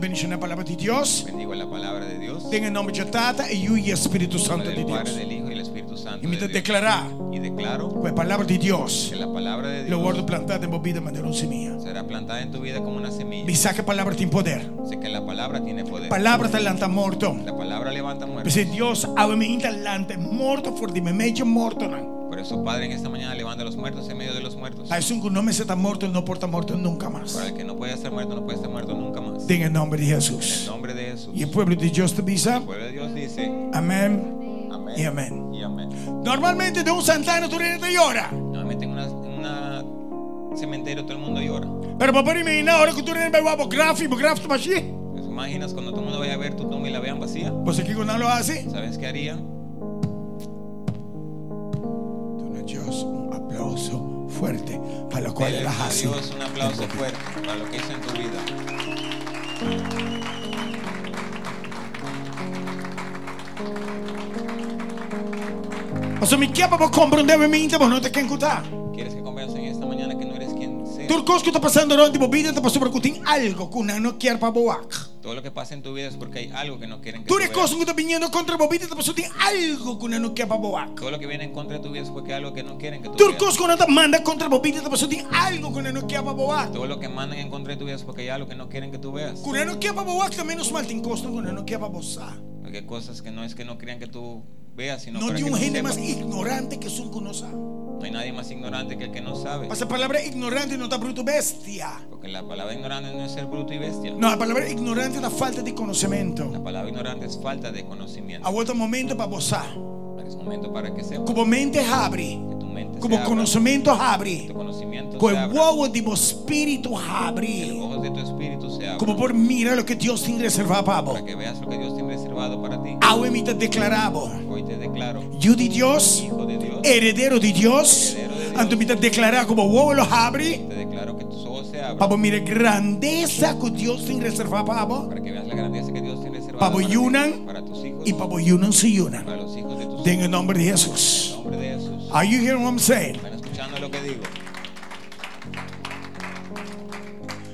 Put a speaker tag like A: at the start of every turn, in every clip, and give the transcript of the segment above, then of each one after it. A: bendicionar a palabra é de Dios.
B: Bendigo la palabra de Dios.
A: Tenha em nome de Tata e Yui e Espírito
B: en
A: Santo
B: nombre
A: de
B: del Padre,
A: Deus.
B: del Hijo y del Espíritu Santo.
A: E me
B: de Dios.
A: declarar
B: Y declaro
A: que a palavra de Deus
B: que la palabra de
A: eu guardo
B: Dios
A: plantada em minha vida de maneira um semia.
B: será plantada en tu vida como una
A: Me
B: semilla.
A: saca a palavra tem poder.
B: Sé que la palabra tiene poder.
A: Palavra te lanta morto. é
B: La palabra levanta muertos.
A: Dice Pues, Dios, ábreme intalante, morto fuerte, me mecho morto. no.
B: Por eso, Padre, en esta mañana levanta a los muertos en medio de los muertos.
A: Para eso um que un hombre se está muerto, no porta muerto nunca más.
B: Para el que no puede estar muerto, no puede estar muerto nunca más. En
A: En el nombre de
B: el
A: Jesús.
B: nombre de Jesús.
A: Y el pueblo de Dios te avisa.
B: El pueblo de Dios dice
A: Amén.
B: amén.
A: Y amén.
B: Y amén.
A: Normalmente de un santano tú eres de llora.
B: Nuevamente en una, en una cementerio todo el mundo llora.
A: Pero papá, imagina ahora que tú eres de babo grafi, grafi, machi.
B: ¿Te imaginas cuando todo el mundo vaya a ver tu tumba y la vean vacía?
A: Pues aquí con lo hace.
B: ¿Sabes qué harían?
A: Dona Dios, un aplauso fuerte para lo cual
B: Dele
A: las
B: a
A: hace.
B: Dios un aplauso fuerte para lo que hizo en tu vida.
A: O sea, mi quiapa vos compra un debe minta, vos no te quien cutar.
B: ¿Quieres que conversen esta mañana que no eres quien sea?
A: Turcos que está pasando durante mi vida, te pasó por cutín algo que una no quiere para boac.
B: Todo lo que pasa en tu vida es porque hay algo que no quieren que
A: Tú
B: tú
A: eres
B: veas.
A: cosa que está viniendo contra Bobita, te pasó tiene algo que una no queda para Boac.
B: Todo lo que viene en contra de tu vida es porque hay algo que no quieren que tú
A: Tú eres
B: veas.
A: cosa que una te manda contra Bobita, te pasó tiene algo que una no queda para Boac.
B: Todo lo que mandan en contra de tu vida es porque hay algo que no quieren que tú veas.
A: Que una no queda para Boac, también nos malta en costa, que una no queda para Bosa.
B: Porque hay cosas que no es que no crean que tú veas, sino
A: ah. No
B: para
A: hay
B: que
A: un
B: tú
A: gente
B: sepas.
A: más ignorante que son que no sabe.
B: No hay nadie más ignorante que el que no sabe.
A: Pasa palabra ignorante no está bruto bestia.
B: Porque la palabra ignorante no es ser bruto y bestia.
A: No, la palabra ignorante es la falta de
B: La
A: conocimiento.
B: palabra ignorante es falta de
A: A
B: conocimiento.
A: otro momento para Bosa.
B: Es momento para que sepas
A: Como mente abre,
B: que tu mente se
A: como
B: abra,
A: conocimiento
B: tu
A: abre,
B: conocimiento
A: con
B: se
A: el
B: abra,
A: huevo de vos espíritu
B: que los
A: abre.
B: ojos de tu espíritu se abran,
A: Como por mira lo que Dios tiene reservado para vos.
B: para que veas lo que Dios tiene reservado para ti.
A: Aún me te declaramos.
B: Hoy te declaro
A: Yo de Dios,
B: hijo de Dios.
A: heredero de Dios.
B: Heredero de Dios.
A: Antes me te declaraba como huevo los abre.
B: Te declaro que tus ojos se abran
A: Pablo, mira, grandeza que Dios tiene reservada para vos.
B: para que veas la grandeza que Dios tiene reservada
A: Pablo
B: para, ti,
A: Yunan
B: para tus hijos,
A: Y Pablo Yunan se
B: para
A: yunan.
B: los hijos de tus hijos.
A: En el Ah. nombre de
B: En
A: Jesús.
B: nombre de Jesús.
A: Are you hearing what I'm saying?
B: Están escuchando lo que digo.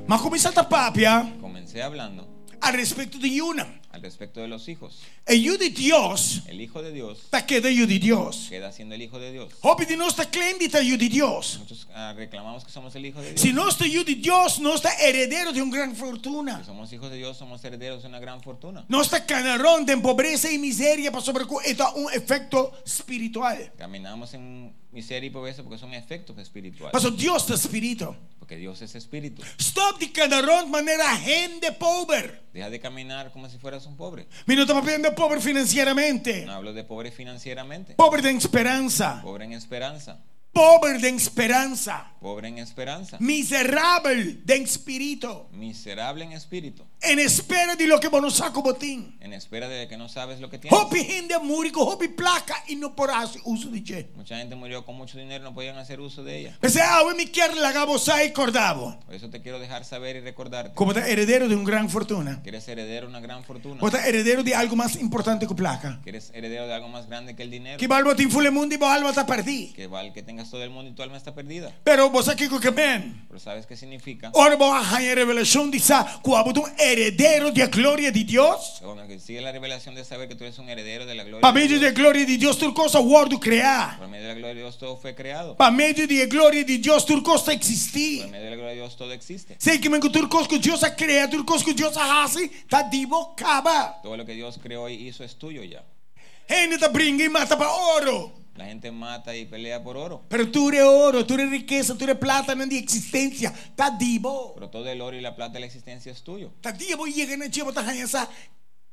A: Mas comienza esta papia
B: Comencé hablando
A: al respecto de Yunan.
B: al respecto de los hijos.
A: El yo de Dios,
B: El hijo de Dios
A: está queda yo de Dios.
B: queda siendo el hijo de Dios.
A: Hopi de no está cléndita yo de Dios.
B: Muchos ah, reclamamos que somos el hijo de Dios.
A: Si no está yo de Dios, no está heredero de una gran
B: Si
A: fortuna.
B: somos hijos de Dios, somos herederos de una gran fortuna.
A: No está canarón de pobreza y miseria para sobre cu- está un efecto espiritual.
B: Caminamos en miseria y pobreza porque son efectos espirituales.
A: Pasó Dios está espíritu.
B: Porque Dios es espíritu.
A: Stop de canarón de manera gente pobre.
B: Deja de caminar como si fueras un pobre.
A: Mi no estamos pidiendo pobre financieramente.
B: No hablo de pobre financieramente.
A: Pobre de esperanza.
B: Pobre en esperanza.
A: Pobre de esperanza.
B: Pobre en esperanza.
A: Miserable de espíritu.
B: Miserable en espíritu.
A: En espera de lo que vamos a botín.
B: En espera de que no sabes lo que tienes.
A: Hopi gente murico, hopi placa y no por así uso de che.
B: Mucha gente murió con mucho dinero y no podían hacer uso de ella.
A: Pese a hoy mi quiere la gabosa y cordabo.
B: Por eso te quiero dejar saber y recordarte.
A: Como está heredero de una gran fortuna.
B: Que eres heredero de una gran fortuna.
A: O está heredero de algo más importante que placa.
B: Que eres heredero de algo más grande que el dinero.
A: Que balba te infule mundo y balba te perdí.
B: Que vale que tengas todo el mundo y tu alma está perdida.
A: Pero vos aquí con que ven.
B: Pero ¿sabes qué significa?
A: Ahora vos a hacer revelación de esa cuando tú heredero de la gloria de Dios.
B: Cuando que sigue la revelación de saber que tú eres un heredero de la gloria
A: Para
B: de
A: medio de
B: Dios.
A: la gloria de Dios, tu cosa guardo crear.
B: Por medio de la gloria de Dios todo fue creado.
A: Para medio de la gloria de Dios, tu cosa
B: Por
A: existir.
B: medio de la gloria de Dios todo existe.
A: Sei que manco tu cosa que Dios ha creado, tu cosa que Dios hace, está divo caba.
B: Todo lo que Dios creó y hizo es tuyo ya.
A: Gente te brinca y mata para oro.
B: La gente mata y pelea por oro.
A: Pero tú eres oro, tú eres riqueza, tú eres plata, no de existencia. Está divo.
B: Pero todo el oro y la plata de la existencia es tuyo.
A: Tadía voy llegar en chivo tajanza.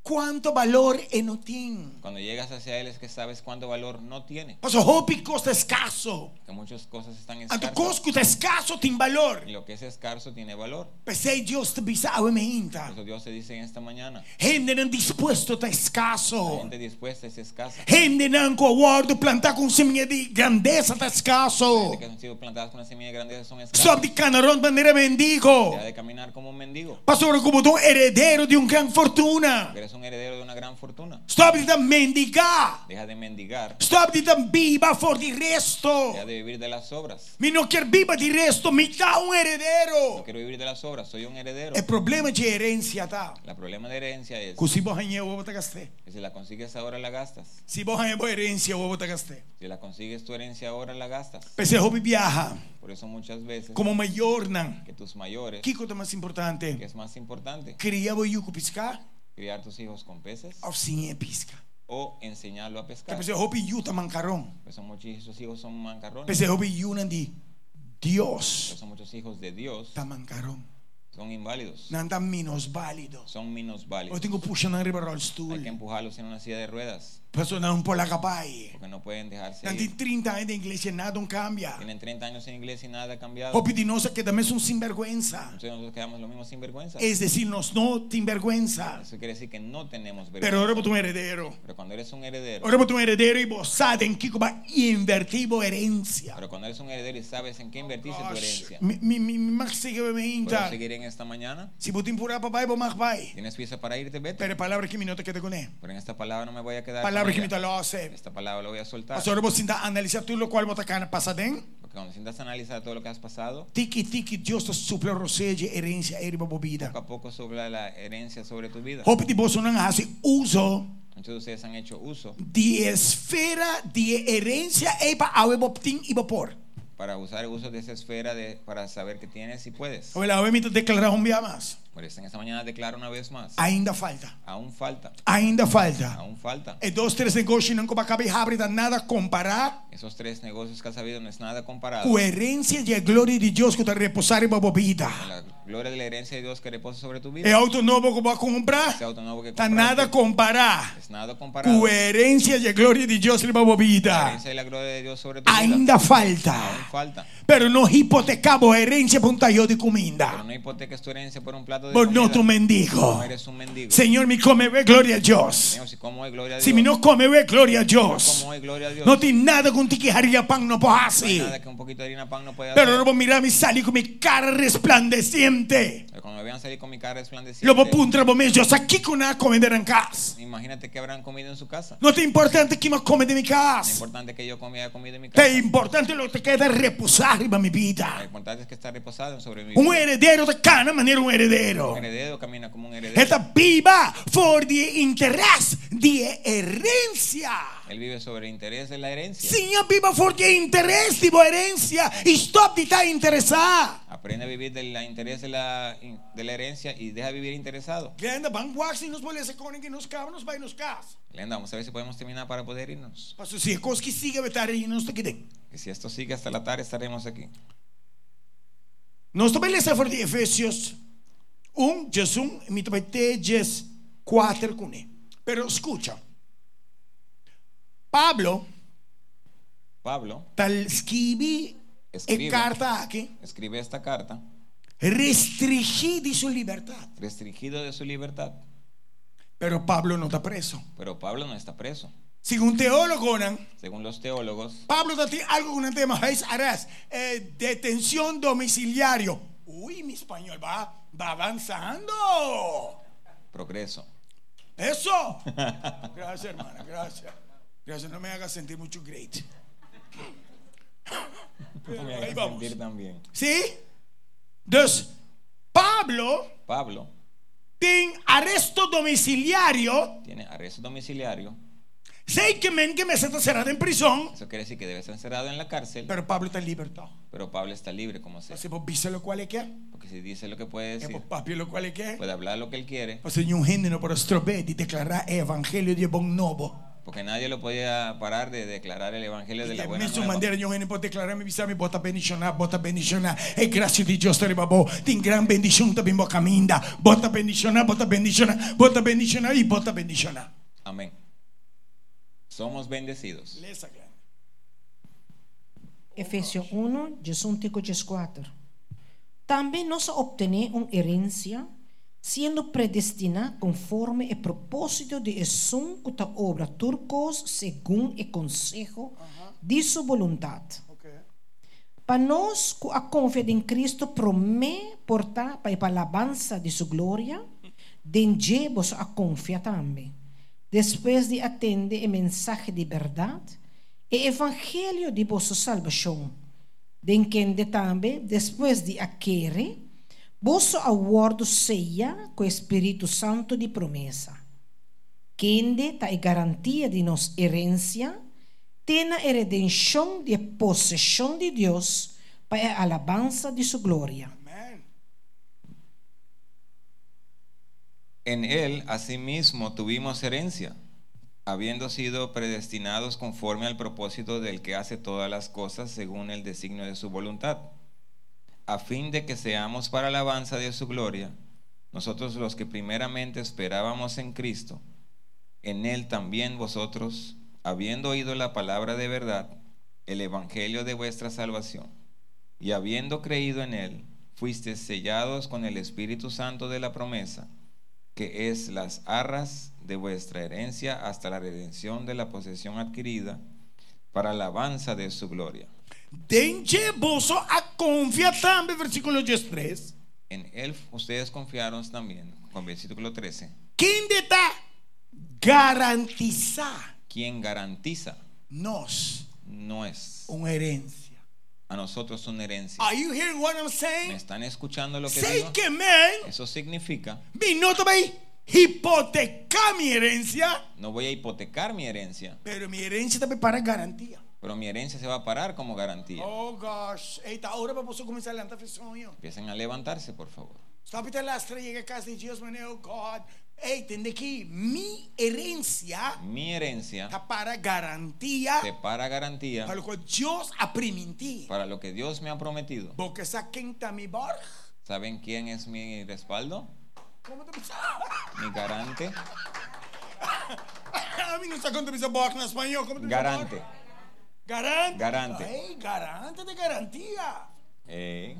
A: ¿Cuánto valor e en otín?
B: Cuando llegas hacia Él es que sabes cuánto valor no tiene.
A: Paso hopi costa escaso.
B: Que muchas cosas están
A: A tu
B: escasas.
A: cosco está escaso tin valor.
B: Y lo que es escaso tiene valor.
A: Pensei Dios te bisa me
B: Por
A: inta.
B: eso Dios te dice en esta mañana.
A: Gente no dispuesto está
B: La
A: escaso.
B: gente dispuesta es escasa.
A: Gente no con aguardo plantar con semilla de grandeza está escaso.
B: Gente que han sido plantadas con una semilla de grandeza son escasas.
A: Sob de canarón manera mendigo.
B: Deja de caminar como un mendigo.
A: Pasó como tú heredero de una gran fortuna.
B: Porque eres eres un heredero de una gran fortuna.
A: Stop di mendigar.
B: Deja de mendigar.
A: Stop di viva for di resto.
B: Deja de vivir de las obras.
A: Mi non quiero viva di resto, mi dà un
B: No
A: heredero.
B: quiero vivir de las obras, soy un heredero.
A: Il problema c'è erencia ta.
B: La problema de herencia es
A: Così bohanye uovo tagaste.
B: que si la consigues ahora la gastas.
A: Si bohanye bo erencia uovo tagaste.
B: Si la consigues tu herencia ahora la gastas.
A: Pese hobby viaja,
B: Por eso muchas veces
A: come mayornan.
B: que tus mayores,
A: Chi cosa mais
B: que
A: importante?
B: es más importante,
A: Criavo io pisca,
B: criar tus hijos con peces
A: o sin pisca.
B: o enseñarlo a
A: Che
B: pescar.
A: pese hobby iuta mancaron.
B: Por eso muchos hijos son mancarrones.
A: Pese hobby iunan di
B: Por
A: Dios
B: eso muchos hijos de Dios
A: ta mancaron.
B: son inválidos.
A: Non da minos valido.
B: Son menos
A: O
B: válidos.
A: tengo pushan arriba al
B: Hay que
A: stool.
B: empujarlos en una silla de ruedas
A: Paso non por la capai.
B: porque no pueden dejarse
A: Tanti
B: ir.
A: 30 anni di inglese nada non cambia.
B: Tienen 30 años en inglés y nada ha cambiado.
A: Hobby di nosa que también son sinvergüenza.
B: Entonces nosotros quedamos lo mismo sin vergüenza.
A: Es decir, nos no sinvergüenza.
B: Eso quiere decir que no tenemos
A: Pero
B: vergüenza.
A: ahora por tu heredero.
B: Pero cuando eres un heredero,
A: Ahora por tu heredero y vos sabes en qué va invertido herencia.
B: pero cuando eres un heredero y sabes en qué invertiste tu
A: Gosh,
B: herencia.
A: Mi, mi, mi, mi max sigue me
B: Por eso
A: hinta.
B: seguir en esta mañana.
A: Si vos te impura papá y vos más va.
B: Tienes pieza para irte, vete.
A: Pero palabra que mi no te quede con él.
B: Pero en esta palabra no me voy a quedar. con
A: Palabra que
B: ella.
A: mi te lo hace.
B: Esta palabra la voy a soltar.
A: Pasó ahora vos sin da- analizar tú lo cual vos te cana pasadén.
B: Porque cuando sientas a analizar todo lo que has pasado,
A: Tiki tiki Dios te suple roselle herencia erba bobida.
B: poco a poco sobre la herencia sobre tu vida.
A: Hopi ti vos no hace uso
B: Muchos de ustedes han hecho uso
A: de esfera de herencia eba ave bobtin y vapor.
B: para usar el uso de esa esfera de, para saber que tienes y puedes.
A: O la ave mi te declara un día más.
B: Por eso en esta mañana declaro una vez más.
A: Ainda falta.
B: Aún falta,
A: Ainda falta.
B: aún falta.
A: E dos tres negócios não como cabe abre da nada comparar
B: Esos tres negocios que has sabido no es nada comparado.
A: com a herência e a glória de Deus que te reposar em boa vida.
B: con la gloria de la herencia de Dios que reposa sobre tu
A: E
B: vida.
A: auto novo que vou comprar
B: Ese auto nuevo que
A: tá
B: compraste
A: oh. nada comparar
B: es nada comparado.
A: com a herência e a glória de Deus em boa
B: La
A: vida.
B: herencia y la gloria de Dios sobre tu vida.
A: Ainda
B: Aún
A: falta.
B: falta.
A: Pero não hipotecamos a herência para um tallo de
B: Pero
A: comida.
B: no hipoteques tu herencia por un plato de
A: Por não
B: comida.
A: tu mendigo.
B: No eres un mendigo.
A: Senhor, me come ve glória a Deus.
B: Señor, si como hay gloria a Dios.
A: Se me não come ve glória a Deus.
B: como hay gloria a Dios.
A: Não tem nada com ti que haria pão não pode
B: No hay
A: fazer.
B: nada que un poquito de harina pan no pueda
A: Pero
B: hacer.
A: luego mira mi salí con mi cara resplandeciente.
B: Pero cuando me vean salir con mi cara resplandeciente.
A: Luego puntra me yo aquí con una comida en casa.
B: Imagínate que habrán comido en su casa.
A: No te importante que me come de mi
B: Lo
A: casa.
B: importante que yo comía comida en mi casa.
A: Te importante lo que te queda es reposar en mi
B: Lo
A: vida.
B: importante es que está reposado sobre mi
A: Un
B: vida.
A: heredero de cada manera un
B: Un
A: heredero.
B: heredero camina como un heredero.
A: Esta viva for the interés de herencia.
B: Él vive sobre el interés de la herencia.
A: Señor, viva for the interés de herencia. Y stop de estar interesada.
B: Aprende a vivir del interés de la, de la herencia y deja vivir interesado.
A: Grande, van waxing, nos vuelve a hacer con que nos cabe, nos va y nos casa.
B: Lenda, vamos a ver si podemos terminar para poder irnos.
A: Pastor, si es cosa que sigue, vetar y no se queden.
B: Que si esto sigue hasta la tarde estaremos aquí.
A: Nós também lemos a de Efésios 1, 1, e também Tejas 4 com ele. Pero escucha. Pablo
B: Pablo
A: tal escrevi
B: Escribe.
A: e carta aqui
B: escribe esta carta
A: restringi de sua liberdade.
B: restringido de su libertad,
A: Pero Pablo não está preso.
B: pero Pablo no está preso.
A: Segundo teólogo, né?
B: Según los teólogos,
A: Pablo está algo com o tema es arás, eh, detención domiciliario. Uy, mi espanhol va, va avanzando.
B: progreso.
A: Eso. Gracias, hermana. Gracias. Gracias. No me hagas sentir mucho great.
B: No me
A: ahí
B: hagas
A: vamos.
B: sentir también.
A: ¿Sí? Entonces, Pablo
B: Pablo
A: tiene arresto domiciliario.
B: tiene arresto domiciliario.
A: Sé que men que me está cerrado en prisión,
B: Eso quiere decir que debe estar encerrado en la cárcel,
A: pero Pablo está en libertad.
B: pero Pablo está libre como sea.
A: Entonces, vos viste lo cual es que es,
B: Porque si dice lo que puede
A: eh,
B: decir,
A: vos papi lo cual es que es.
B: puede hablar lo que él quiere,
A: Pues hay un género para estropear y declarar evangelio de bon novo.
B: porque nadie lo podía parar de declarar el evangelio de
A: De
B: la buena
A: mesma
B: nueva.
A: maneira, eu ainda vou declarar minha missão, me bota bendicionar, bota bendicionar. É graça de Deus, te babou. Tem grande bendição também, boca minda. Bota bendicionar, bota bendicionar, bota bendicionar e bota bendicionar.
B: Amén. Somos bendecidos.
A: Beleza, cara?
C: Efesios 1, 1 4. También nos obtener una herencia, siendo predestinada conforme el propósito de Jesús con la obra turcos según el consejo de su voluntad. Para nós, que a confiança em Cristo promete portar para a alabança de sua glória, Denge vos aconfia também. Depois de atender o mensagem de verdade e evangelho de vossa salvação, de entender também, depois de aquere, vosso aguardo seja com o Espírito Santo de promessa. Quende ta é garantia de nos herência, tena a redenção de possessão de Deus para a alabança de sua glória.
A: Amén.
B: En él asimismo tuvimos herencia, habiendo sido predestinados conforme al propósito del que hace todas las cosas según el designio de su voluntad, a fin de que seamos para alabanza de su gloria, nosotros los que primeramente esperábamos en Cristo, en él también vosotros, habiendo oído la palabra de verdad, el evangelio de vuestra salvación, y habiendo creído en él, fuisteis sellados con el Espíritu Santo de la promesa que es las arras de vuestra herencia hasta la redención de la posesión adquirida para alabanza de su gloria.
A: Denche vosso a confia também, versículo 23.
B: En él ustedes confiaron también, con versículo 13,
A: Quem de tá garantizar
B: quien garantiza
A: nós
B: no es
A: uma herência.
B: a nosotros una herencia.
A: Are you hearing what I'm
B: ¿Me
A: saying?
B: están escuchando lo que
A: Sei
B: digo?
A: que amém.
B: Eso significa,
A: Mi no te voy a hipotecar mi herencia,
B: no voy a hipotecar mi herencia,
A: pero mi herencia también para garantía.
B: pero mi herencia se va a parar como garantía.
A: Oh gosh, eita, ahora vamos a começar a levantar esse sonho.
B: Empiecen a levantarse, por favor.
A: Stop it lastra, llega a casa y Dios mío, oh God. Hey, tende aquí, mi herencia
B: Mi herencia
A: está para garantía,
B: se para garantía
A: para lo que Dios ha prometido.
B: para lo que Dios me ha prometido.
A: Porque esa quinta mi bar,
B: ¿Saben quién es mi respaldo?
A: ¿cómo te pasa?
B: Mi garante.
A: A mí no está con tu bar en español, ¿cómo te pasa?
B: Garante.
A: Garante.
B: Garante.
A: Hey, garante de garantía.
B: Eh,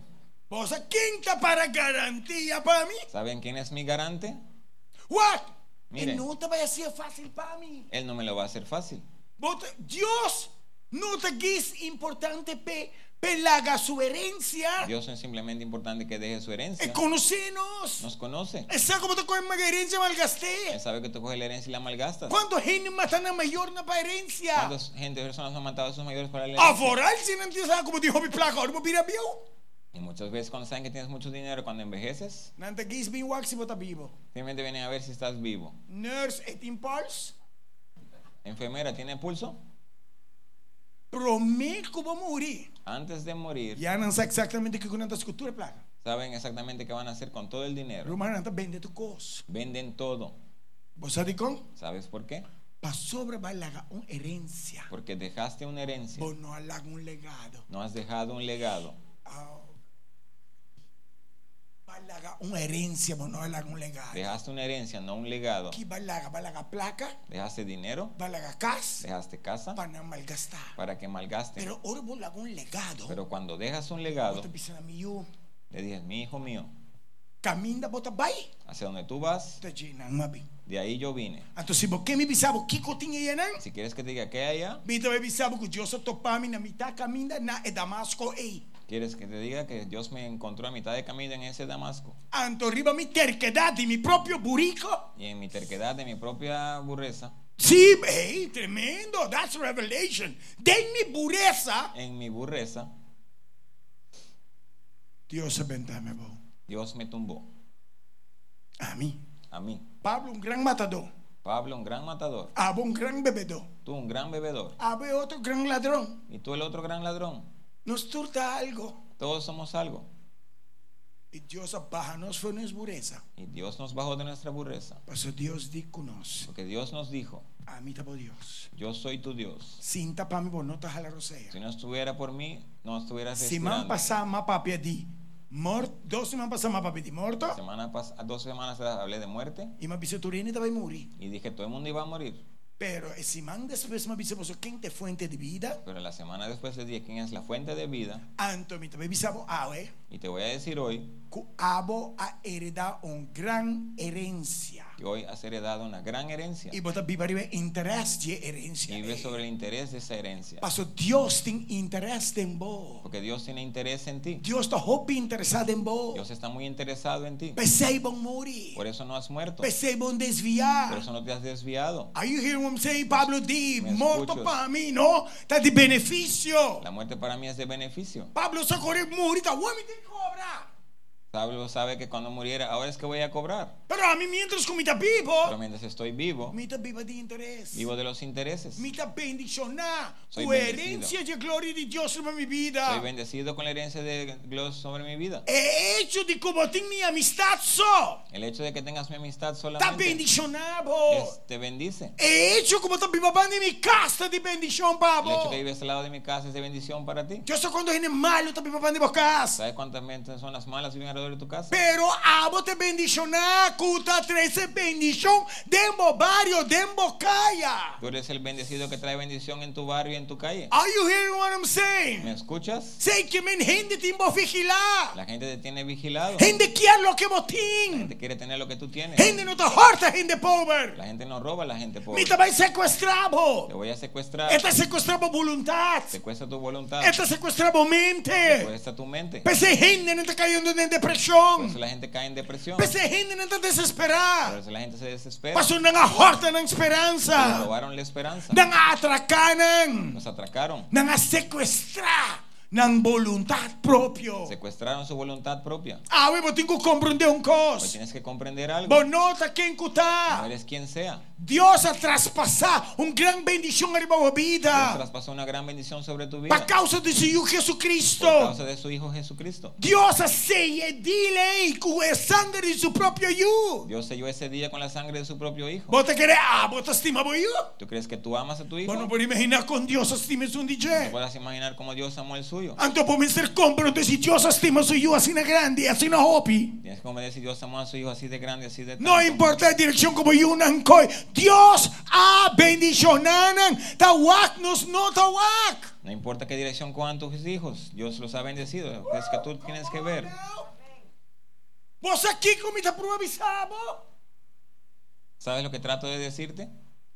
A: Vos a quinta para garantía para mí.
B: ¿Saben quién es mi garante?
A: What?
B: Mire.
A: Y no te vaya a ser fácil para mí.
B: Él no me lo va a hacer fácil.
A: Vos te- Dios no te quis importante pe, pelaga su herencia.
B: Dios es simplemente importante que deje su
A: Es
B: herencia.
A: conocernos.
B: Nos conoce.
A: Es algo que te cogen más herencia malgasté.
B: Él sabe que tú coges la herencia y la malgastas.
A: ¿Cuántos gente matan a mayor na para herencia?
B: ¿Cuántas gente, personas han matado a sus mayores para la
A: A
B: herencia?
A: foral si no entiendes como dijo mi placa. Ahora me pira vivo.
B: Y muchas veces cuando saben que tienes mucho dinero, cuando envejeces,
A: No te quis bien wax si vos estás vivo.
B: simplemente vienen a ver si estás vivo.
A: Nurse et impulse.
B: Enfermera, ¿tiene pulso?
A: Promete que vamos a morir.
B: Antes de morir,
A: Ya no sé exactamente qué con esta escultura placa.
B: saben exactamente qué van a hacer con todo el dinero.
A: Romano anda vende tu cosa.
B: Venden todo.
A: Vos sabés con
B: ¿Sabes por qué?
A: para sobrevalar una herencia.
B: Porque dejaste una herencia.
A: Vos no hagas un legado. Ah,
B: No has dejado un legado.
A: Balaga una herencia, vos no hagas un legado.
B: Dejaste una herencia, no un legado.
A: Aquí balaga, balaga placa,
B: Dejaste dinero,
A: balaga casa,
B: dejaste casa
A: para no malgastar.
B: para que malgaste.
A: Pero ahora vos hagas un legado.
B: Pero cuando dejas un
A: Vos
B: legado,
A: te pisan a mí, yo.
B: le dices, mi hijo mío,
A: Camina, vos te vas,
B: hacia donde tú vas,
A: te llenan, mami.
B: de ahí yo vine.
A: Entonces, ¿por qué me pisaba? ¿Qué cotín llenan?
B: Si quieres que te diga qué hay allá,
A: Mi te pisaba que yo se topaba en la mitad camina na e Damasco, ey.
B: quieres que te diga que Dios me encontró a mitad de camino en ese Damasco.
A: Anto arriba mi terquedad y mi propio burico.
B: Y en mi terquedad, de mi propia burreza,
A: Sí, eh. hey, tremendo. That's revelation. De mi pureza.
B: en mi burreza,
A: Dios se vendame vos.
B: Dios me tumbó.
A: A mí.
B: A mí.
A: Pablo, un gran matador.
B: Pablo, un gran matador.
A: Abba, un gran bebedor.
B: Tú, un gran bebedor.
A: Abba, otro gran ladrón.
B: Y tú, el otro gran ladrón.
A: Nos turta algo.
B: Todos somos algo.
A: Y Dios abájanos fue nuestra pureza.
B: Y Dios nos bajó de nuestra burreza.
A: Pasó Dios díconos.
B: Porque Dios nos dijo,
A: A mí tapo Dios.
B: yo soy tu Dios.
A: Sin tapame vos no estás a la rosea.
B: Si no estuviera por mí, no estuvieras
A: Si man
B: respirando.
A: pasaba más papi a ti. Morto. Dos semanas pasaba más papi a ti. Morto.
B: Semana pas- dos semanas atrás hablé de muerte
A: Y me avisó Turín y te va a morir.
B: y dije todo el mundo iba a morir.
A: Pero si man después me avisó, vos, ¿quién te fuente de vida?
B: Pero la semana después les dije quién es la fuente de vida
A: Anto mi ah, eh, também bisabo awe
B: y te voy a decir hoy
A: que abo a heredar una gran herencia.
B: que que hoy has heredado una gran herencia
A: I båda bibeln interesse ger
B: y vives
A: herencia.
B: sobre el interés de esa herencia.
A: Alltså Dios din interesse den bo.
B: Porque Dios tiene interés en ti.
A: Dios ta hobby intresserad den bo.
B: Dios está muy interesado en ti.
A: Besej bon mori.
B: Por eso no has muerto.
A: Besej bon
B: Por
A: desviar.
B: eso no te has desviado.
A: Are you hearing what I'm saying, Pablo? Di
B: Me
A: morto
B: escuchas.
A: para mí, no? Está de beneficio.
B: La muerte para mí es de beneficio.
A: Pablo så corre morita, ué, me tem que cobrar.
B: Pablo sabe que cuando muriera, ahora es que voy a cobrar.
A: Pero a mí mientras comida
B: Pero
A: vivo,
B: mientras estoy vivo,
A: mita viva de interés.
B: vivo de los intereses.
A: Mita bendicionar.
B: Soy
A: Coherencia de gloria de Dios sobre mi
B: Soy
A: vida.
B: bendecido con la herencia de Dios sobre mi
A: Eh.
B: vida.
A: He hecho de combatir mi amistad só.
B: El hecho de que tengas mi amistad
A: Está
B: solamente
A: bendicionado.
B: es- te bendice.
A: He hecho como está viva banda mi casa de bendición,
B: El hecho que
A: Pablo.
B: vives al lado de mi casa es de bendición para ti.
A: Yo sé cuando es malo, está viva banda mi casa.
B: ¿Sabes cuántas mentes son las malas que viven alrededor de tu casa?
A: Pero amo te bendicionar, cuta 13 bendición, dembo barrio, dembo calla.
B: Tú eres el bendecido que trae bendición en tu barrio y en tu calle.
A: Are you hearing what I'm saying?
B: ¿Me escuchas?
A: Sei que min gente timbo vigilar.
B: La gente te tiene vigilado. La
A: Gente quiere lo que botín.
B: gente quiere tener lo que tú tienes.
A: Gente no te horta, gente pobre.
B: La gente no roba a la gente pobre.
A: Mi también
B: Te
A: secuestrado.
B: voy a secuestrar.
A: Esta secuestrado voluntad.
B: Secuestra tu voluntad.
A: Esta secuestrado mente.
B: Secuestra tu mente. Por
A: Pensei gente no está cayendo en depresión.
B: eso la gente cae en depresión. Por
A: Pensei gente no está desesperada.
B: eso la gente se desespera.
A: Pasó una horta en
B: Nos
A: esperanza.
B: robaron la esperanza.
A: Nang atrakanan.
B: Nos atracaron.
A: Nang sequestrar. Nang voluntad propio.
B: Secuestraron su voluntad propia.
A: Ah, we botín que comprende un
B: Hoy
A: cos.
B: tienes que comprender algo.
A: Bonota quem
B: No
A: cutar.
B: eres quien sea. Dios
A: Dios ha traspasado un gran bendición arriba a vida.
B: traspasó una gran bendición sobre tu vida.
A: Por
B: Por
A: causa de su Hijo Jesucristo.
B: causa de su Hijo Jesucristo.
A: Dios se edile y cubre sangre de su propio yo.
B: Dios selló ese día con la sangre de su propio Hijo.
A: ¿Vos te querés? Ah, ¿vos te estimas vos yo?
B: ¿Tú crees que tú amas a tu Hijo?
A: Vos no podés imaginar con Dios estimes un DJ.
B: Puedas imaginar cómo Dios amó el suyo.
A: Antes podemos ser compros si Dios estima su yo así una grande, así una hobby.
B: Tienes que comprender si Dios amó a su Hijo así de grande, así de
A: No
B: tanto.
A: importa la dirección como yo nancoy. Dios ha bendicionado. Tawak nos no tawak.
B: No importa qué dirección cojan tus hijos, Dios los ha bendecido. Es que tú tienes que ver.
A: Vos aqui como está improvisado,
B: ¿Sabes lo que trato de decirte?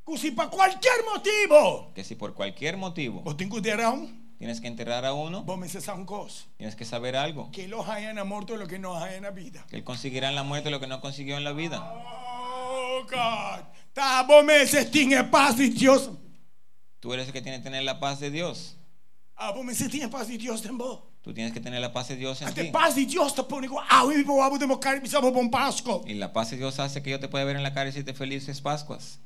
A: que si para qualquer motivo,
B: Que si por cualquier motivo
A: vos tengo de arão,
B: tienes que enterrar a uno,
A: vos me cessar um coso,
B: tienes que saber algo.
A: que los hayan na morte lo que no hayan na vida.
B: Que él conseguirá en la muerte lo que no consiguió en la vida.
A: Oh God, tá bom meses tinha paz de Deus,
B: Tú eres el que tiene que tener la paz de Dios.
A: ah bom meses tinha paz de Deus tembo.
B: Tú tienes que tener la paz de Dios en
A: Até
B: ti.
A: paz de Deus tá por igual, ah eu vou abo democar me sabo bom Páscoa.
B: Y la paz de Dios hace que yo te pueda ver en la cara y decirte felices Pascuas.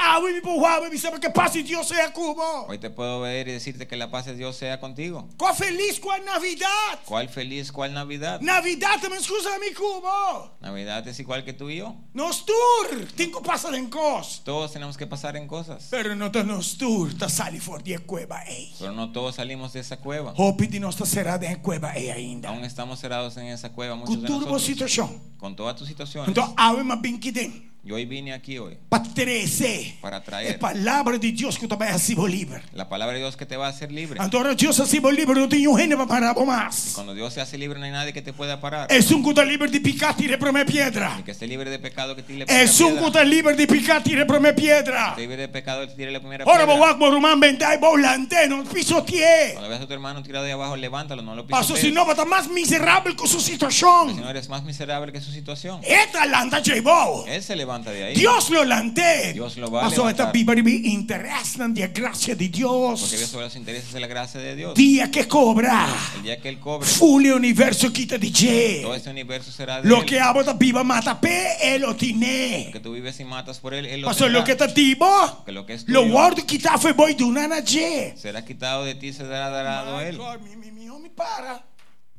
A: Ah eu vou abo me sabo que paz de Deus é cubo.
B: Hoy te puedo ver y decirte que la paz de Dios sea contigo.
A: Qual feliz qual Navidad?
B: ¿Cuál feliz, cuál Navidad?
A: Navidad também escusa me cubo.
B: Navidad es igual que tú y yo.
A: Nos tur, tengo pasar en cos.
B: Todos tenemos que pasar en cosas.
A: Pero no te nos tur, ta sali for die cueva, ey.
B: Pero no todos salimos de esa cueva.
A: Hopi di nos ta será de cueva, ey, ainda.
B: Aún estamos cerrados en esa cueva, muchos de
A: Culturbo
B: nosotros.
A: situación.
B: Con todas tus situaciones.
A: Entonces, ave ma binquiden.
B: Yo hoy vine aquí hoy
A: Pa trece.
B: para
A: La
B: traer
A: palabra de Dios que também assim livre.
B: la palabra de Dios que te va a hacer libre.
A: Entonces, Dios assim livre, não tem um gênero para mais.
B: Cuando Dios se hace libre, no hay nadie que te pueda parar.
A: É um cuta livre de picar, tira para minha pedra.
B: El que esté libre de pecado, que tire la
A: É
B: primera
A: um
B: piedra.
A: cuta livre de picar, tira para minha pedra.
B: Esté libre de pecado, que tire la primera
A: Ora,
B: piedra.
A: boac, borumán, vendai, bolante, não pisoteé.
B: Cuando veas a tu hermano tirado de abajo, levántalo, no lo
A: Paso
B: pisotees.
A: si no, está más miserable con su
B: Si
A: situación.
B: no eres más miserable que su situación.
A: Esta landa llevó.
B: Él se levanta de ahí.
A: Dios lo lanté.
B: Dios lo va a
A: Paso esta Biblia
B: levantar.
A: me interesan de la gracia de
B: Porque vive
A: Dios.
B: sobre los intereses de la gracia de Dios.
A: Día que cobra.
B: El día que Él cobre,
A: Fulio universo quita DJ.
B: todo este universo será de
A: Lo que
B: Él.
A: hago esta viva mata pe, él lo
B: Lo
A: tiene.
B: que tú vives y matas por Él, Él lo
A: Paso lo que
B: tendrá.
A: está tipo.
B: Que lo que es
A: Lo
B: tuyo
A: guardo y quita fue voy de una noche.
B: será quitado de ti, será dado a
A: My
B: Él.
A: God, Mi mi- mi homie para.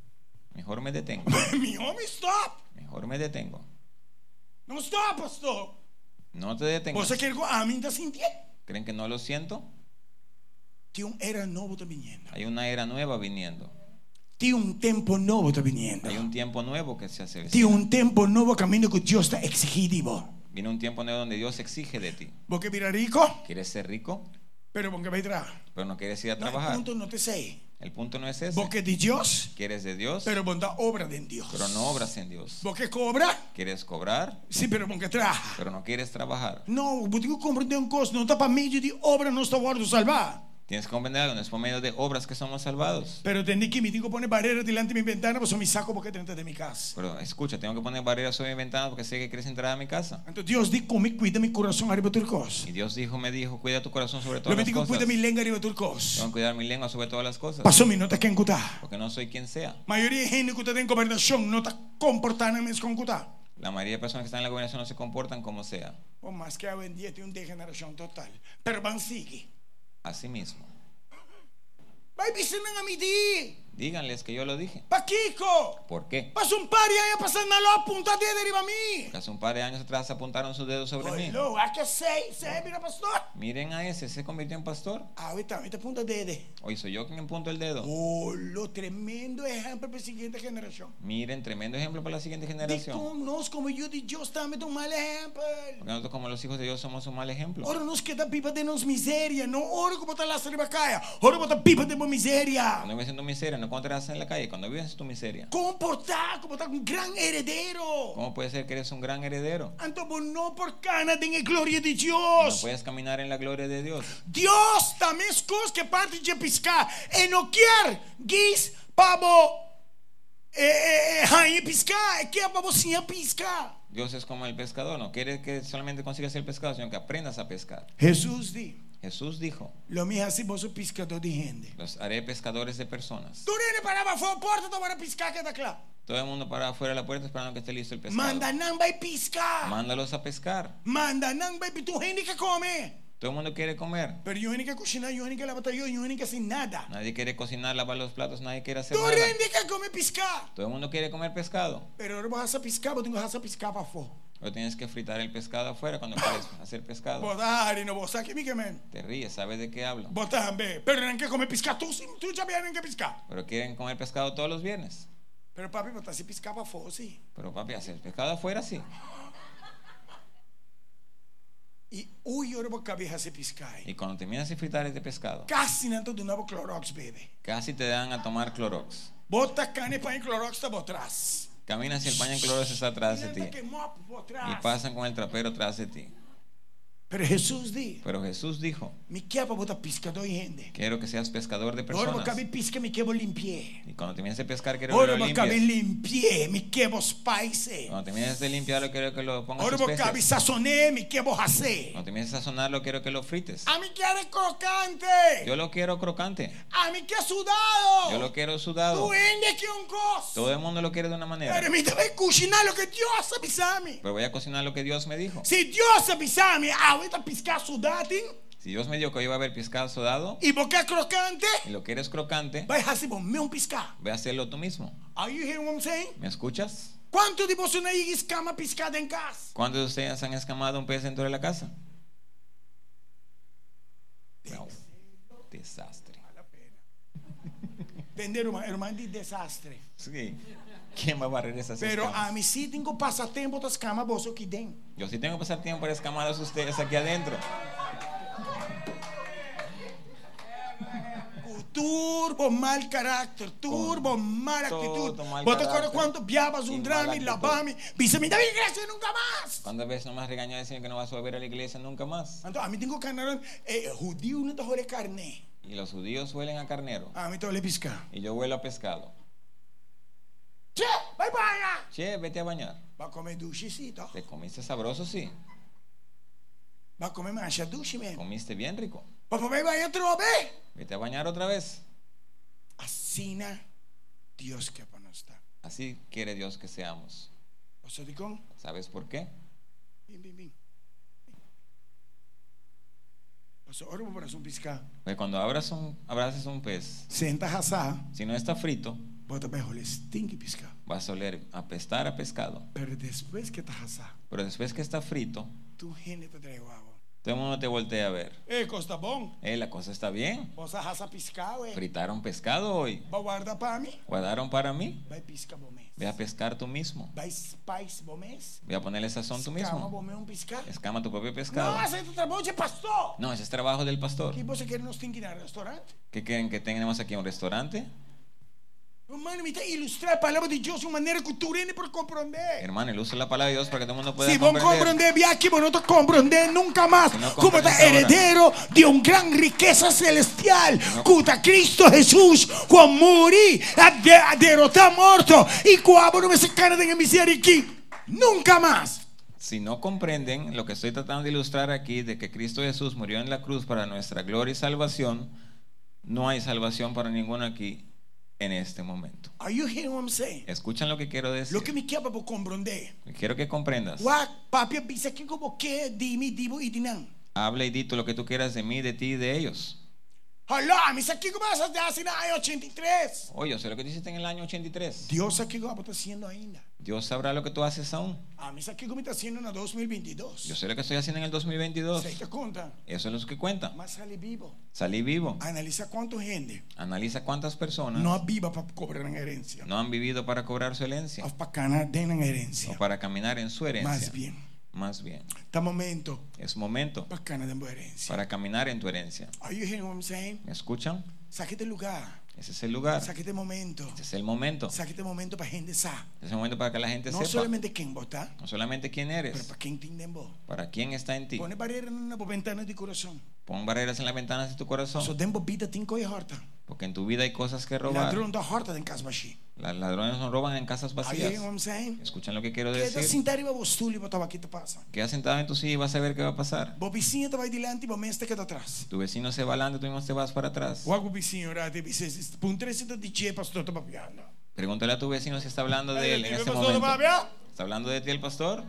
B: Mejor me detengo.
A: Mi homie stop.
B: Mejor me detengo.
A: No stop, pastor.
B: No te detengo.
A: ¿Vos sabés que algo a mí está sintiendo?
B: ¿Creen que no lo siento?
A: Tem um era novo tá viniendo.
B: Hay una era nueva viniendo.
A: Tem um tempo novo tá viniendo.
B: Hay un tiempo nuevo que se hace.
A: Tem um tempo novo caminho que Deus está exigindo.
B: Viene un tiempo nuevo donde Dios exige de ti.
A: Porque vira rico,
B: ¿Quieres ser rico?
A: pero porque vai entrar.
B: Pero no quieres ir a
A: No,
B: trabajar.
A: punto no te sei.
B: El punto no es ese.
A: Vos querés de Dios,
B: ¿Quieres de Dios?
A: pero bondad obra de Dios.
B: pero no obras en Dios.
A: Vos que cobra,
B: ¿Quieres cobrar?
A: sí, pero vos que trabaja.
B: Pero no quieres trabajar.
A: No, vos tengo que comprender una cosa, no está para mí de obra, no está guardo salvar.
B: Tienes que comprender algo, no es por medio de obras que somos salvados.
A: Pero entendí que me tengo que poner barreras delante de mi ventana, pues son mis sacos porque dentro de mi casa.
B: Pero escucha, tengo que poner barreras sobre mi ventana porque sé que quieres entrar a mi casa.
A: Entonces Dios dijo, me cuida mi corazón arriba de tu cosa.
B: Y Dios dijo, me dijo, cuida tu corazón sobre
A: Lo
B: todas
A: me
B: las
A: digo,
B: cosas.
A: cuida mi
B: Tengo
A: lengua arriba de tu cosa.
B: que cuidar mi lengua sobre todas las cosas.
A: Pasó mi nota que encutá.
B: Porque no soy quien sea.
A: Mayoría de gente que usted tiene en gobernación no está comportándose con cutá.
B: La mayoría de personas que están en la gobernación no se comportan como sea.
A: O más que hoy en día tiene una degeneración total. Pero van sigue.
B: Así mismo.
A: Vai pisando a mi di.
B: Díganles que yo lo dije.
A: Pa Kiko.
B: ¿Por qué?
A: Pasa un par y ahí pasando a los puntas de deriva a mí.
B: Porque hace un par de años atrás apuntaron sus dedos sobre mí.
A: Hello, ¿a qué sei? Sei, mira, pastor. Ah,
B: Miren a ese, se convirtió en pastor.
A: Ahorita, ahorita punta de de.
B: Hoy soy yo quien apunto el dedo.
A: Oh, lo tremendo ejemplo para la siguiente generación.
B: Miren, tremendo ejemplo para la siguiente
A: De
B: generación.
A: como nós, como yo, de Dios, también un mal ejemplo.
B: Porque nosotros como los hijos de Dios somos un mal ejemplo.
A: Ora nos queda pipa de nos miseria. No ora como está la salibacaya. Ora bota pipa de boa miseria.
B: Cuando vives en tu miseria, no cuando te das en la calle, cuando vives en tu miseria.
A: Comportar como está un gran heredero.
B: ¿Cómo puede ser que eres un gran heredero?
A: Anto no por cana tenga gloria de
B: No
A: Dios.
B: puedes caminar en la gloria de Dios.
A: Dios también es cosa que parte e de piscar. Enoquier, guis, pavo, eh, eh, eh, jain piscar. Que pavo sin piscar.
B: Dios es como el pescador, no quiere que solamente consigas el pescado, sino que aprendas a pescar.
A: Jesús dijo,
B: Jesús dijo,
A: lo mismo así vos sos pescador de gente.
B: los haré pescadores de personas.
A: Tú no paraba fuera la puerta, tú vas a piscar, queda claro.
B: Todo el mundo para afuera de la puerta esperando que esté listo el pescado.
A: Manda namba e y piscar.
B: Mándalos a pescar.
A: Manda namba y tu gente que come.
B: Todo el mundo quiere comer.
A: Pero yo gente que cocina, yo gente que lava, yo gente que sin nada.
B: Nadie quiere cocinar, lavar los platos, nadie quiere hacer
A: Tú
B: nada.
A: gente que come piscar.
B: Todo el mundo quiere comer pescado.
A: Pero ahora vas a piscar, vos tengo que hacer piscar para afuera.
B: Pero tienes que fritar el pescado afuera
A: ¡Ah!
B: cuando quieres hacer pescado.
A: Botar y no botar, que mi que men.
B: Te ríes, sabes de qué hablo.
A: Botar, ve. Pero no hay que comer piscar, tú, sí, tú ya bien, no hay que piscar.
B: Pero quieren comer pescado todos los viernes.
A: Pero papi, botar si piscar para afuera, sí.
B: Pero papi, hacer pescado afuera sí.
A: Y uy, ahora vos cabeza se piscar.
B: Y cuando terminas de fritar este pescado,
A: Casi no de nuevo Clorox, bebé.
B: casi te dan a tomar Clorox.
A: Bota carne para el Clorox, está por atrás.
B: Camina hacia el paño en Clorox está atrás de
A: Planta
B: ti.
A: que mop por
B: Y
A: trás.
B: pasan con el trapero atrás de ti.
A: Pero Jesús dijo,
B: Pero Jesús dijo,
A: mi quepa bota pescador y gente.
B: quiero que seas pescador de
A: Ahora vos
B: personas.
A: cabí pisca, mi quebo limpié.
B: Y cuando termines de pescar, quiero que
A: Ahora
B: lo
A: vos cabí
B: limpies.
A: limpié, mi quebo spice.
B: Cuando termines de limpiarlo, quiero que lo pongas
A: Ahora vos cabí
B: especias.
A: sazoné, mi quebo jacé.
B: Cuando termines de sazonarlo, quiero que lo frites.
A: A mí quiere crocante.
B: Yo lo quiero crocante.
A: A mí que
B: Yo
A: sudado.
B: lo quiero sudado.
A: Tú vende que un cos.
B: Todo el mundo lo quiere de una manera.
A: Pero mi debe cocinar lo que Dios sabe pisami.
B: Pero voy a cocinar lo que Dios me dijo.
A: Si Dios sabe pisami, ahorita pisca sudatin
B: Si Dios me dijo que iba a haber pescado sudado
A: y boca crocante,
B: y lo quieres crocante,
A: vai hacer bombe un pisca.
B: ve a hacerlo tú mismo.
A: Are you hearing what I'm saying?
B: ¿Me escuchas?
A: ¿Cuántos de vosotros hay escama piscada en casa?
B: ¿Cuántos de ustedes han escamado un pez dentro de la casa? No. Desastre.
A: Vender uma irmã de desastre.
B: Sí. ¿Quién va a barrer esas
A: Pero a
B: escamas?
A: mí sí tengo pasatiempo das camas vos que den.
B: Yo sí tengo que pasar tiempo para escamar a ustedes aquí adentro.
A: O turbo mal carácter, turbo mal actitud.
B: todo mal
A: Vos te
B: carácter.
A: acuerdas cuando viabas
B: Y
A: un
B: mala
A: drama y
B: actitud.
A: lavame, dice, mira, mi iglesia nunca más.
B: ¿Cuántas veces nomás regañó al Señor que no vas a volver a la iglesia nunca más?
A: Entonces, a mí tengo canarón, eh, judío no te jode carne.
B: Y los judíos huelen a carnero.
A: A mí te huele pisca.
B: Y yo huelo a pescado.
A: Che, bye bye.
B: Che, vete a bañar.
A: Va a comer duchecito.
B: Te comiste sabroso, sí.
A: Va a comer mancha duche, man.
B: Comiste bien rico.
A: Papá, me vaya otro vez.
B: Vete a bañar otra vez.
A: Asina, Dios que para nosotros.
B: Así quiere Dios que seamos.
A: O sea, digo,
B: ¿Sabes por qué?
A: bim, bim, bim. O sea, ahora vamos a un piscar.
B: Porque cuando abras un, abraces un pez,
A: Senta asá,
B: si no está frito,
A: bota mejores, tingue piscar.
B: vas a oler apestar a pescado.
A: Pero después que estás asá,
B: Pero después que está frito,
A: tu gente te trae guavo.
B: Todo el mundo te voltea a ver.
A: Eh, Costa Bom,
B: Eh, la cosa está bien.
A: vos arrasa piscar, eh.
B: Fritaron pescado hoy.
A: Vai guardar pra mim.
B: Guardaron para mí.
A: Vai piscar bomês.
B: Ve a pescar tú mismo.
A: Vai spice bomês.
B: Ve a ponerle sazón tú
A: Calma,
B: mismo.
A: bomê um piscar.
B: Escama tu propio pescado.
A: Não, aceita trabalho de pastor.
B: No, ese es trabajo del pastor.
A: Que você quer nos tem que ir ao restaurante?
B: ¿Qué quieren que tengamos aquí? ¿Un restaurante?
A: Hermano, me está ilustrar a palavra de Deus de uma maneira que tu rende por compreender.
B: Hermano, ilustra la palabra de Dios para que todo el mundo pueda
A: Si vos
B: comprender.
A: comprender, via que vos no te comprender nunca más.
B: Si no
A: como está
B: comprendes
A: heredero de un gran riqueza celestial.
B: no-
A: Cuta Cristo Jesús, cuando morí, a, de, a derrotar muerto. Y cuando no me sacaron de la miseria aquí, nunca más.
B: Si no comprenden lo que estoy tratando de ilustrar aquí, de que Cristo Jesús murió en la cruz para nuestra gloria y salvación, no hay salvación para ninguno aquí en este momento.
A: Are you hearing what I'm saying?
B: Escuchan lo que quiero decir.
A: Lo que me queda por comprender.
B: Quiero que comprendas.
A: Gua papi pisa que como que dime, dibo y dinan.
B: Habla y di tú lo que tú quieras de mí, de ti y de ellos.
A: Hola, mis aquí como esas de hace en el año 83.
B: Oye, yo sé lo que tú hiciste en el año 83.
A: Dios aquí como está haciendo ainda.
B: Dios sabrá lo que tú haces aún.
A: A mí aquí como está haciendo en el 2022.
B: Yo sé lo que estoy haciendo en el 2022.
A: Se te conta,
B: Eso es lo que cuenta.
A: mas sale vivo.
B: Salí vivo.
A: Analiza cuánto gente
B: Analiza cuántas personas
A: no viva para cobrar en herencia.
B: no han vivido para cobrar su herencia
A: O para ganar de en
B: o
A: herencia.
B: para caminar en su herencia.
A: Más bien,
B: Más bien.
A: está momento
B: Es momento
A: para ganar de herencia.
B: para caminar en tu herencia.
A: Are you hearing what I'm saying?
B: ¿Me escuchan?
A: Saquete lugar,
B: Ese es el lugar.
A: saquete momento,
B: Ese es el momento. Ese
A: saquete momento para gente sa.
B: es el momento para que la gente
A: No
B: Este sepa Este
A: solamente quien vota,
B: no solamente quién
A: pero
B: eres,
A: para quien entienden vos.
B: para quién está en ti.
A: Pone barreira na ventana de coração.
B: Pon barreras en las ventanas de tu
A: Só
B: corazón,
A: tem bobita, tem coisa horta.
B: porque en tu vida hay cosas que robar.
A: Ladrão da horta tem casa baixinha.
B: Los ladrones no roban en casas
A: Are you
B: vacías.
A: hearing what I'm saying?
B: Escuchan lo que quiero
A: Queda
B: decir.
A: sentar e bostulho e botar aqui te passa.
B: Queda sentado en tu silla y vas a ver qué va a pasar.
A: Bo vizinha vai adiante e bo mestre que tá atrás.
B: Tu vecino se va adelante, tú mismo te vas para atrás.
A: O algo vizinho orate e disse, por um trecho de DJ, pastor, tá papiando.
B: Pregúntale a tu vecino si está hablando de él en este momento. ¿Está hablando de ti el pastor?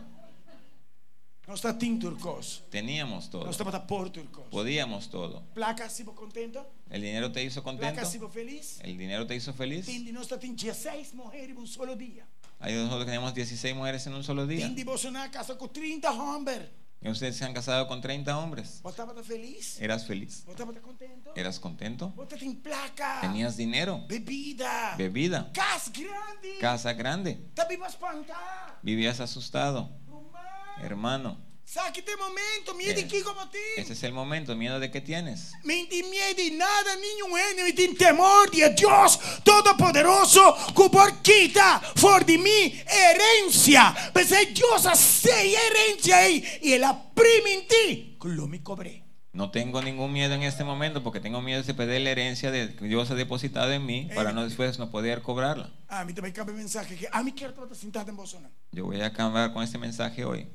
A: Não está tim turcos.
B: Teníamos todo.
A: Não está para por turcos.
B: Podíamos todo.
A: Placa se bo contento.
B: El dinero te hizo contento.
A: Placa se bo feliz.
B: El dinero te hizo feliz.
A: Tindi não está tim 16 mulheres em um solo dia.
B: Ahí nosotros tenemos 16 mujeres en un solo día.
A: Tindi você na casa com 30 homens.
B: Y ustedes se han casado con 30 hombres.
A: Você estava feliz.
B: Eras feliz.
A: Você estava contento.
B: Eras contento.
A: Você tem placa.
B: Tenías dinero.
A: Bebida.
B: Bebida.
A: Casa grande.
B: Casa grande.
A: Tá bem pra espantar.
B: Vivías asustado.
A: Rumar.
B: Hermano,
A: Saque de momento. Miedo
B: Eh,
A: aqui como tem.
B: este es el momento. ¿Miedo de qué tienes?
A: Me tem medo de nada, nenhum enemigo. Tem temor de Deus Todo-Poderoso. Que por quita for de Pues mim herência. Mas é Deus a sei herência aí. E ela prime em ti. Que eu me cobrei.
B: No tengo ningún miedo en este momento porque tengo miedo de perder la herencia de que Dios ha depositado en mí para no después no poder cobrarla.
A: Ah, me também cabe mensagem que a mim quero estar sentado em Bolsonaro.
B: Yo voy a acabar con este mensaje hoy.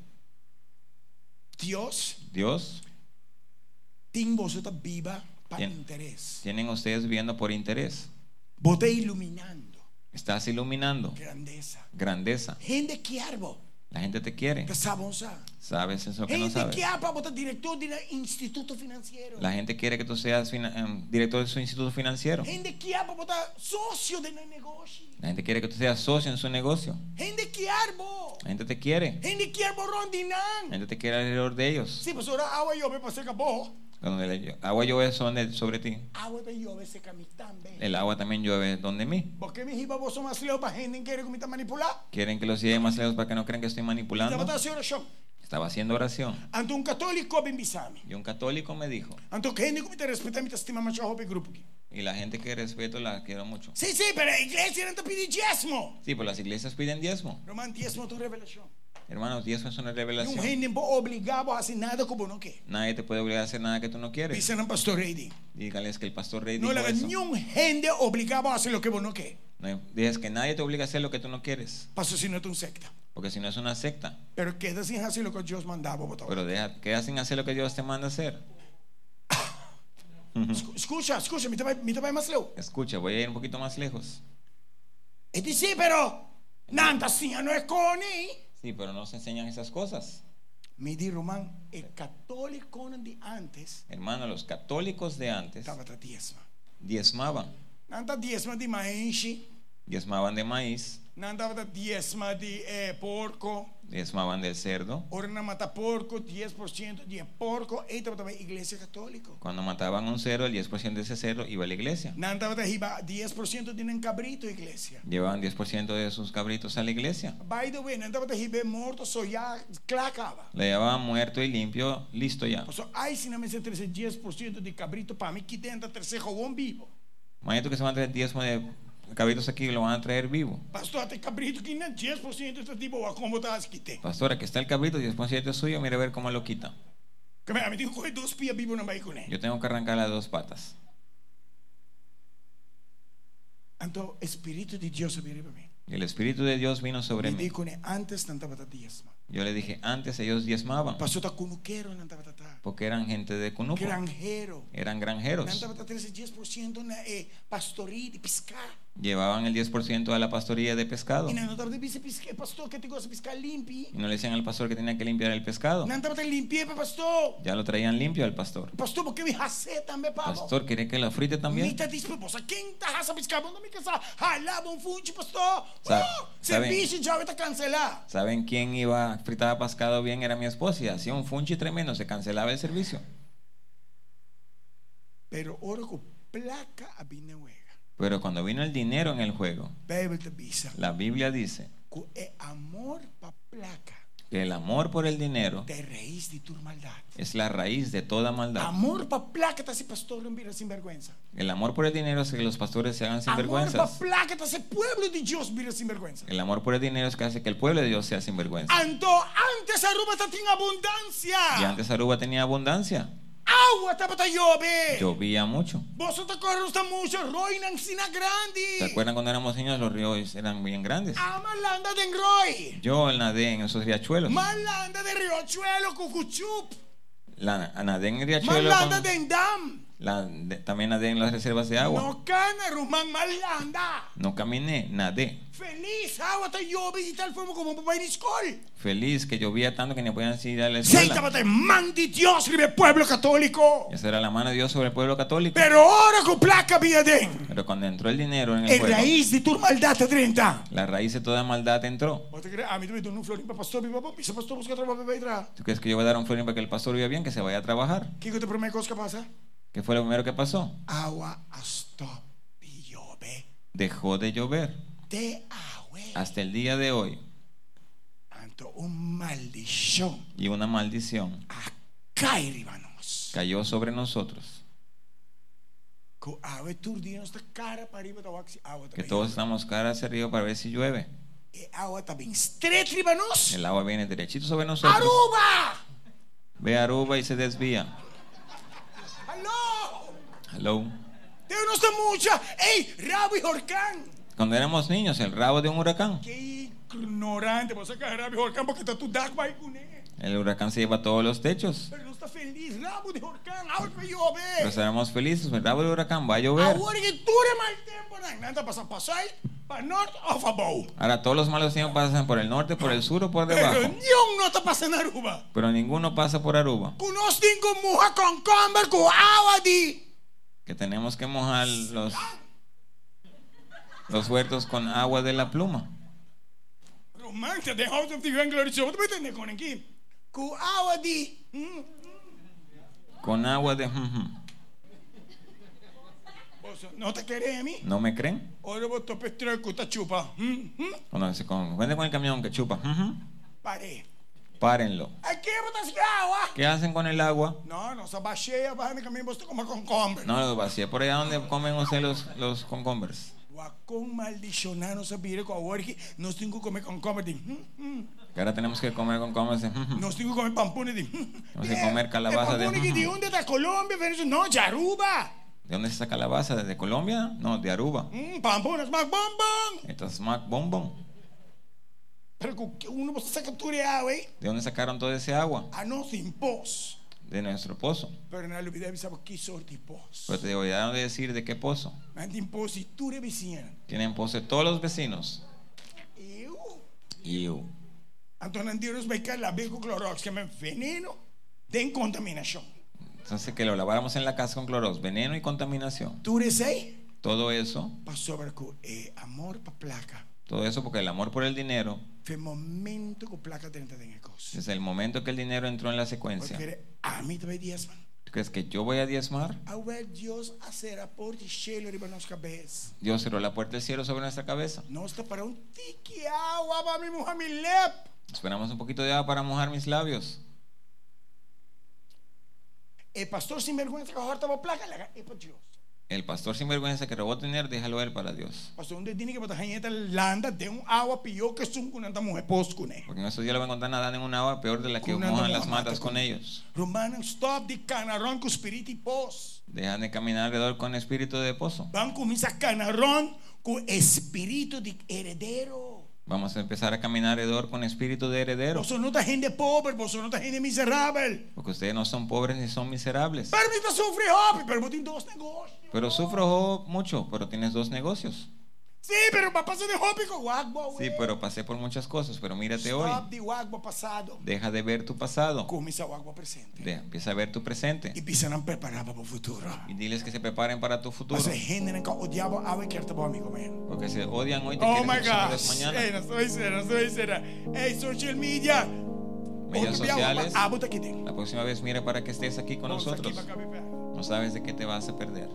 A: Deus
B: Dios,
A: tem você tá viva para
B: Bien.
A: interesse.
B: tienen ustedes viendo por interés.
A: Vos tá iluminando
B: Estás iluminando
A: grandeza.
B: grandeza.
A: Gente que arbo,
B: La gente te quiere.
A: que sabe usar.
B: Sabes eso que no
A: Gente
B: sabes.
A: que arbo, botar diretor de instituto financiero.
B: La gente quiere que tú seas fina- em, director de su instituto financiero.
A: Gente que arbo, botar socio de negocio.
B: La gente quiere que tú seas socio en su negocio.
A: Gente que arbo.
B: La gente te quiere.
A: Gente que arbo
B: La
A: rondinan.
B: gente te quiere alrededor de ellos.
A: Si pasora agua llueve, pasé que vos.
B: Cuando el agua llueve sobre- sobre ti,
A: Agua de llueve, se que a mí también.
B: el agua también llueve donde mí.
A: Porque mis hijos vos son más lejos para gente que quiere que me está manipulando.
B: Quieren que los lleve más lejos para que no crean que estoy
A: Te
B: manipulando.
A: botar a hacer oración.
B: Estaba haciendo oración.
A: Ante un católico, ven bisame.
B: Y un católico me dijo,
A: Ante que gente que me te respeta, me te estima más joven grupo. aquí.
B: y la gente que respeto la quiero mucho.
A: Sí, sí, pero la iglesia no te pide diezmo.
B: Sí, pues las iglesias piden diezmo.
A: Román, diezmo es tu revelación.
B: Hermanos, diezmo es una
A: Não
B: revelación.
A: rendem vou obrigar vou fazer nada como não quer.
B: Nadie te puede obligar a hacer nada que tú no quieres.
A: Dice no pastor Reidi.
B: Dígales que el pastor rey
A: Não
B: dijo
A: leva
B: eso.
A: nenhum rende obrigar a fazer o que vou não quer.
B: No, dices que nadie te obliga a hacer lo que tú no quieres.
A: Pastor se não é um secta.
B: Porque si no es una secta.
A: Pero queda sem fazer o que Deus mandava botar.
B: Pero deja, queda sin hacer lo que Dios te manda hacer.
A: Escu- Escucha, escucha, me te vai, me te vai mais leu.
B: Escucha, voy a ir un poquito más lejos.
A: E disse, pero nada assim não é coni.
B: Sí, pero no se enseñan esas cosas.
A: Me di Román, é católico de antes
B: Hermano, los católicos de antes
A: estava da diezma.
B: diezmaban.
A: Nada diezma de mais enche
B: Diezmaban de maíz,
A: Non andava da diezma di eh, porco,
B: diezmaban del cerdo.
A: ora non mata porco, 10% di porco, e andava da iglesia cattolica.
B: Cuando mataban un cerdo, el 10% de ese cerdo iba a la iglesia.
A: Non andava da iba 10% di un cabrito iglesia.
B: Llevaban 10% de sus cabritos a la iglesia.
A: By the way, non andava da iba morto, soia, clacava.
B: Le llevaban muerto y limpio, listo ya.
A: Pastor, ai se não me sente esse 10% de cabrito para mí, que tenta terceiro roubão vivo.
B: Imagínate que se van a traer diezmo de cabritos aquí y lo van a traer vivo.
A: Pastor, até cabrito que não 10% está tipo, a como tá que tem.
B: Pastora, aquí está el cabrito, 10% es suyo, mire a ver cómo lo quita.
A: Como é, me digo, corre dois pia vivo na vai com ele.
B: Yo tengo que arrancar las dos patas.
A: Então, o Espírito de Deus veio para mim.
B: Y el Espíritu de Dios vino sobre
A: Me
B: mí.
A: digo, né, antes não estava da diezma.
B: Yo le dije, antes ellos diezmaban,
A: Pastor, tá cunuquero, não estava da
B: porque eran gente de Cunuco,
A: granjero.
B: eran
A: Não
B: granjeros.
A: estava da 13, 10% na eh, pastoria de pescar.
B: Llevaban el 10% a la pastoría de pescado.
A: E
B: Y
A: não estava da vice pescar, pastor, que te gosta de pescar limpi.
B: no le decían al pastor que tenía que limpiar el pescado.
A: Não estava da limpia, pastor.
B: Ya lo traían limpio al pastor.
A: Pastor, porque me racé também, Pablo.
B: Pastor, ¿quería que lo frite también?
A: Mita disposa, quinta raça piscava, não me casar. Ralava um funde, pastor.
B: Sa-
A: Uh, Se
B: sabe-
A: bicho já vai tá cancelar.
B: ¿Saben quién iba fritaba pescado bien? Era mi esposa y hacía un funchi tremendo, se cancelaba el servicio.
A: Pero ora com placa a bineuega.
B: Pero cuando vino el dinero en el juego,
A: Bebe te bisa.
B: la Biblia dice
A: Com é eh, amor pa placa.
B: que el amor por el dinero
A: Te raiz de tu maldade.
B: es la raíz de toda maldad.
A: Amor pa placa tá se pastor não vira sem vergonha.
B: El amor por el dinero es que los pastores se hagan
A: Amor pa
B: sinvergüenzas.
A: placa tá se pueblo de Deus vira sin vergüenza.
B: El amor por el dinero es que hace que el pueblo de Dios sea sinvergüenza.
A: Anto antes Aruba tá tinha
B: Y
A: abundância.
B: antes Aruba tenía abundancia,
A: Água tá pra llover.
B: llovía mucho.
A: Vos te corres tá muito, roinan sina grande.
B: ¿Se acuerdan cuando éramos niños los ríos eran bien grandes?
A: Amalanda Ah, de Roy.
B: Yo nadé en esos riachuelos.
A: Malanda de Riochuelo, Cucuchup.
B: La, nadé en el riachuelo. con-
A: Malanda de Endam.
B: la- de- también nadé en las reservas de agua.
A: Nocana, Rumán, Malanda.
B: No caminé, nadé.
A: Feliz agua te llove y tal forma como papá en escuela.
B: Feliz que llovía tanto que ni podían ir a la escuela.
A: Séntate, man de Dios, libre pueblo católico.
B: Esa era la mano de Dios sobre el pueblo católico.
A: Pero ahora con placa Villaden.
B: Pero cuando entró el dinero en el
A: El
B: pueblo,
A: raíz de tu maldad te trinta.
B: la raíz de toda maldad entró.
A: ¿Vos te crees? A mí me un florín para pastor, mi papá, mi pastor busca trabajo para atrás.
B: ¿Tú crees que yo voy a dar un florín para que el pastor viva bien? Que se vaya a trabajar.
A: ¿Qué es la primera cosa que pasa?
B: ¿Qué fue lo primero que pasó?
A: Agua hasta llove.
B: Dejó de llover.
A: Te agüe.
B: Hasta el día de hoy.
A: ante un maldición
B: Y una maldición
A: a caer, hermanos.
B: cayó sobre nosotros.
A: Que a ver tú di nuestra cara para arriba, te voy a decir, agua
B: Que
A: también.
B: todos estamos cara hacia arriba para ver si llueve.
A: Eh, Agua también. Estrecha, hermanos.
B: El agua viene derechito sobre nosotros.
A: Aruba.
B: Ve a Aruba y se desvía.
A: Aló.
B: Hello.
A: Dios no está mucha. Ey, Rabbi Horcán.
B: Cuando éramos niños, el rabo de un huracán.
A: Qué ignorante. pues Vas a caer, Rabbi Horcán, porque está tu dark bike con él.
B: El huracán se lleva todos los techos.
A: Pero no está feliz, Rabbi de Horcán. Ahora que llove.
B: Pero estaremos felices, el rabo de huracán va a llover.
A: Ahora que dure mal tiempo, no nada pasa pasar para north of above.
B: Ahora todos los malos tiempos pasan por el norte, por el sur o por
A: Pero
B: debajo.
A: Dios no está pasando Aruba.
B: Pero ninguno pasa por Aruba.
A: Kunos din ko muha kong kamber ko awa di.
B: Que tenemos que mojar los, los huertos con agua de la pluma.
A: Romance, the house of the grand glory show. Ba't hindi ko nang kim? Ku awa di. Hmm?
B: Con agua de... jum,
A: Boso, no te quiere a mí.
B: jum. ¿No me creen?
A: Oro bo tope tres kuta chupa. Hmm? Hmm?
B: Cuando se confunde con el camión que chupa. jum, jum,
A: Pare.
B: Párenlo.
A: Aquí mo tas gawa.
B: ¿Qué hacen con el agua?
A: No, no, sa bashea ba na kami bosto kuma kong kamber.
B: No, lo vacía por allá donde comen ustedes los, los conconvers.
A: Wakong maldisyonano sa bire ko awarki. Nos din ko kome kong kamber din. Hmm? Hmm?
B: Que ahora tenemos que comer eh, conconvers. jum, jum.
A: Nos din ko kome pampune din.
B: Vamos a comer calabaza de-
A: Pampune ki di unde ta Colombia, Venezuela. No, Jaruba.
B: ¿De dónde es esa calabaza? ¿Desde Colombia? No, de Aruba.
A: Hmm, pampunas magbombong.
B: Estas Mac Bombón.
A: Pero con que uno se captura, güey,
B: ¿De dónde sacaron todo ese agua?
A: a no sin pos.
B: De nuestro pozo.
A: Pero no olvidé avisar por qué sorti pos.
B: Pero te olvidaron de decir de qué pozo.
A: Mande pos y tú le vecina.
B: Tienen pozo de todos los vecinos. uh,
A: Eu.
B: Iu.
A: Antón Andieros me cae la con clorox que me veneno de contaminación.
B: Entonces que lo laváramos en la casa con cloros, veneno y contaminación.
A: Tú eres ahí.
B: Todo eso
A: Pasó ver con eh, amor pa placa.
B: Todo eso porque el amor por el dinero,
A: Fue il momento con placa tenente tenga cose.
B: desde el momento que el dinero entró en la secuencia,
A: Perché a me dove diezman.
B: ¿tú crees que yo voy a diezmar?
A: Ahora Dios hace rapporti cielo riba nos cabeza.
B: Dios cerró la puerta del cielo sobre nuestra cabeza.
A: Nos está para un tiki agua para mi mujer mi lep.
B: Esperamos un poquito de agua para mojar mis labios.
A: El pastor sin vergüenza que ahora estaba placa la es para "Eh, pues, Dios.
B: El pastor sinvergüenza que robó tu dinero, déjalo él para Dios.
A: Pastor donde tiene que botar gente landa de un agua pilló que es un cunanta mujer poscune.
B: Porque en estos días lo van a encontrar nadando en una agua peor de la que
A: Con una
B: mojan
A: nueva
B: las
A: mata
B: matas con
A: con-
B: ellos.
A: Romano stop di canarón con spiriti pos.
B: Dejan de caminar alrededor con espíritu de pozo.
A: Van con misa canarón con espíritu de heredero.
B: Vamos a empezar a caminar alrededor con espíritu de heredero.
A: Vosotros no está gente pobre, vosotros no está gente miserable.
B: Porque ustedes no son pobres ni son miserables.
A: Pero me está sufriendo, papi, pero vos tenés dos negocios.
B: Pero sufro jo, mucho, pero tienes dos negocios.
A: Sí, pero papá se dejó pico. Guagua,
B: Sí, pero pasé por muchas cosas, pero mírate hoy.
A: Stop de guagua pasado.
B: Deja de ver tu pasado.
A: Comienza guagua presente.
B: Deja- empieza a ver tu
A: Y
B: presente.
A: empiezan a preparar para el futuro.
B: Y diles que se preparen para tu futuro.
A: Mas né? hay gente que odiaba a ver que era amigo mío.
B: Porque se odian hoy, te
A: Oh
B: quieren
A: my
B: mucho
A: gosh.
B: más
A: Ey,
B: mañana.
A: no estoy diciendo, no estoy diciendo. Ey, social media.
B: Medios
A: Otro día,
B: sociales.
A: Ah, puta, aquí tengo.
B: La próxima vez mira para que estés aquí con
A: Vamos aquí
B: nosotros.
A: para acá, para acá.
B: No sabes de qué te vas a perder.